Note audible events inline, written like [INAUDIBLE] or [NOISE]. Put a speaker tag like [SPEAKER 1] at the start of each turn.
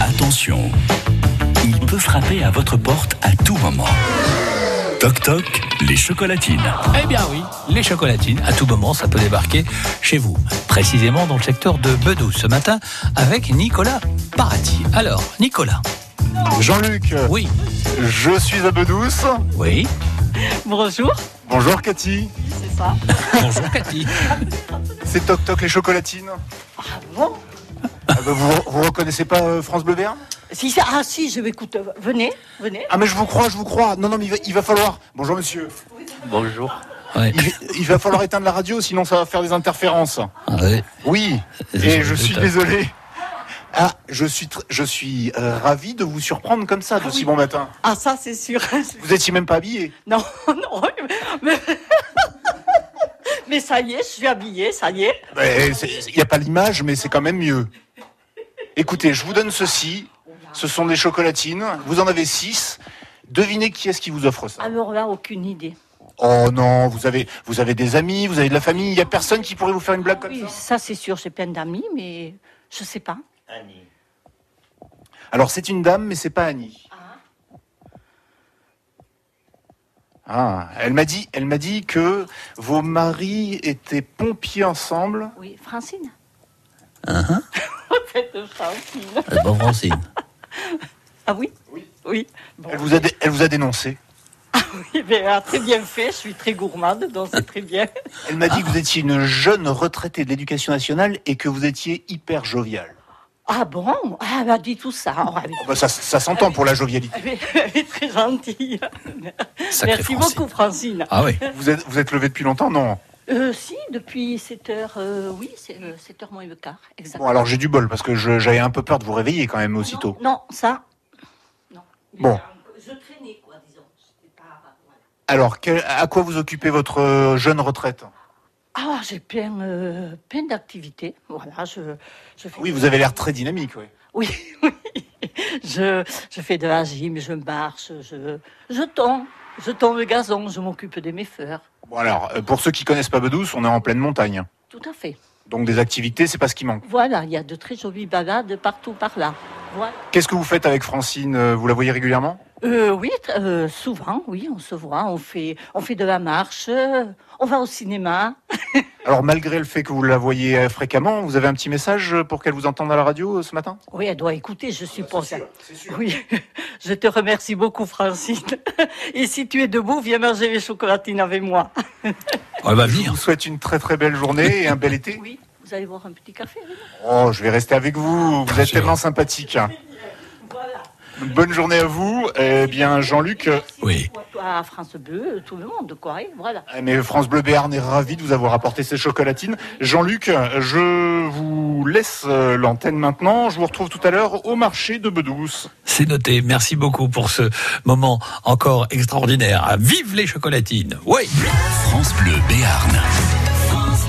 [SPEAKER 1] Attention, il peut frapper à votre porte à tout moment. Toc toc, les chocolatines.
[SPEAKER 2] Eh bien oui, les chocolatines, à tout moment, ça peut débarquer chez vous. Précisément dans le secteur de Bedou ce matin avec Nicolas Parati. Alors, Nicolas.
[SPEAKER 3] Jean-Luc,
[SPEAKER 2] Oui,
[SPEAKER 3] je suis à Bedouce.
[SPEAKER 2] oui.
[SPEAKER 4] Bonjour.
[SPEAKER 3] Bonjour Cathy.
[SPEAKER 4] C'est ça.
[SPEAKER 2] Bonjour
[SPEAKER 4] [LAUGHS]
[SPEAKER 2] Cathy.
[SPEAKER 3] C'est Toc Toc les chocolatines.
[SPEAKER 4] Bon.
[SPEAKER 3] Ah bah, vous, vous reconnaissez pas euh, France Bleu Béarn
[SPEAKER 4] Si, ça- ah si, je vais écouter. Venez, venez.
[SPEAKER 3] Ah mais je vous crois, je vous crois. Non non mais il va, il va falloir. Bonjour monsieur.
[SPEAKER 5] Bonjour.
[SPEAKER 2] Ouais.
[SPEAKER 3] Il, il va falloir éteindre la radio sinon ça va faire des interférences.
[SPEAKER 2] Ouais.
[SPEAKER 3] Oui.
[SPEAKER 2] C'est
[SPEAKER 3] Et je hein.
[SPEAKER 2] Toc
[SPEAKER 3] suis
[SPEAKER 2] Toc.
[SPEAKER 3] désolé. Ah, je suis, tr- je suis euh, ravi de vous surprendre comme ça de si bon matin.
[SPEAKER 4] Ah ça, c'est sûr. [LAUGHS]
[SPEAKER 3] Vous étiez même pas habillé.
[SPEAKER 4] Non, non. Mais... [LAUGHS] mais ça y est, je suis habillée, ça y est.
[SPEAKER 3] Mais Ben, c'est- Il n'y a pas l'image, mais c'est quand même mieux. Écoutez, je vous donne ceci. Ce sont des chocolatines. Vous en avez six. Devinez qui est-ce qui vous offre ça.
[SPEAKER 4] Alors là, aucune idée.
[SPEAKER 3] Oh non, vous avez, vous avez des amis, vous avez de la famille. Il n'y a personne qui pourrait vous faire une blague comme
[SPEAKER 4] Oui,
[SPEAKER 3] ça.
[SPEAKER 4] ça c'est sûr, j'ai plein d'amis, mais je sais pas.
[SPEAKER 3] Alors c'est une dame, mais c'est pas Annie. Ah, elle m'a dit, elle m'a dit que vos maris étaient pompiers ensemble.
[SPEAKER 4] Oui, Francine. [LAUGHS]
[SPEAKER 2] Uh-huh.
[SPEAKER 4] Faites Francine.
[SPEAKER 2] Euh, Bon Francine.
[SPEAKER 4] Ah oui Oui. Oui. Bon. [LAUGHS]
[SPEAKER 3] Elle vous a, dé- elle vous a dénoncé.
[SPEAKER 4] Eh bien, ah, très bien fait, je suis très gourmande, donc c'est très bien.
[SPEAKER 3] Elle m'a dit que vous étiez une jeune retraitée de l'éducation nationale et que vous étiez hyper joviale.
[SPEAKER 4] [LAUGHS] Ah bon Ah, bah dit tout ça. Ah, oui.
[SPEAKER 3] Oh bah, ça, ça s'entend pour la jovialité.
[SPEAKER 4] Elle est- elle est très gentille.
[SPEAKER 2] Sacrée
[SPEAKER 4] Merci
[SPEAKER 2] Francine.
[SPEAKER 4] beaucoup, Francine.
[SPEAKER 2] Ah oui.
[SPEAKER 3] Vous êtes, vous êtes levé depuis longtemps, non
[SPEAKER 4] Euh, si, depuis 7h, oui, c'est 7h moins le quart, exact.
[SPEAKER 3] Bon, alors j'ai du bol parce que je- j'avais un peu peur de vous réveiller quand même
[SPEAKER 4] Non,
[SPEAKER 3] aussitôt.
[SPEAKER 4] Non, ça. Non.
[SPEAKER 3] Bon.
[SPEAKER 4] Je traînais, quoi, disons. J'étais pas- euh, voilà.
[SPEAKER 3] Alors, quel- à quoi vous occupez votre euh, jeune retraite
[SPEAKER 4] Ah, j'ai plein, euh, plein d'activités. Voilà, je, je fais.
[SPEAKER 3] Oui, vous avez l'air très dynamique, oui.
[SPEAKER 4] Oui, [LAUGHS] oui. Je, je fais de la gym, je marche, je, je tends. Je tends le gazon, je m'occupe de mes fleurs.
[SPEAKER 3] Bon alors, euh, pour ceux qui connaissent pas Bedouce, on est en pleine montagne.
[SPEAKER 4] Tout à fait.
[SPEAKER 3] Donc des activités, c'est pas ce qui manque.
[SPEAKER 4] Voilà, il y a de très jolies balades partout par là. Voilà.
[SPEAKER 3] Qu'est-ce que vous faites avec Francine euh, Vous la voyez régulièrement
[SPEAKER 4] Euh, oui, tr- euh, souvent, oui, on se voit, on fait, on fait de la marche, euh, on va au cinéma.
[SPEAKER 3] Alors malgré le fait que vous la voyez euh, fréquemment, vous avez un petit message euh, pour qu'elle vous entende à la radio euh, ce matin
[SPEAKER 4] Oui, elle doit écouter, je suppose. Oui, [LAUGHS] je te remercie beaucoup, Francine. [LAUGHS] Et si tu es debout, viens manger les chocolatines avec moi.
[SPEAKER 2] On va
[SPEAKER 3] Je
[SPEAKER 2] venir.
[SPEAKER 3] vous souhaite une très très belle journée et un bel été.
[SPEAKER 4] Oui, vous allez boire un petit café avec moi.
[SPEAKER 3] [LAUGHS] Oh, je vais rester avec vous. Vous êtes
[SPEAKER 2] sûr.
[SPEAKER 3] tellement sympathique. hein. Bonne journée à vous. Eh bien, Jean-Luc, euh,
[SPEAKER 2] Oui.
[SPEAKER 4] Toi, toi, France Bleu, tout le monde, quoi. et voilà.
[SPEAKER 3] mais France Bleu Béarn est ravi de vous avoir apporté ces chocolatines. Jean-Luc, euh, je vous laisse euh, l'antenne maintenant. Je vous retrouve tout à l'heure au marché de Bedouce.
[SPEAKER 2] C'est noté. Merci beaucoup pour ce moment encore extraordinaire. Ah, Vive les chocolatines. Oui.
[SPEAKER 1] France Bleu Béarn.
[SPEAKER 6] France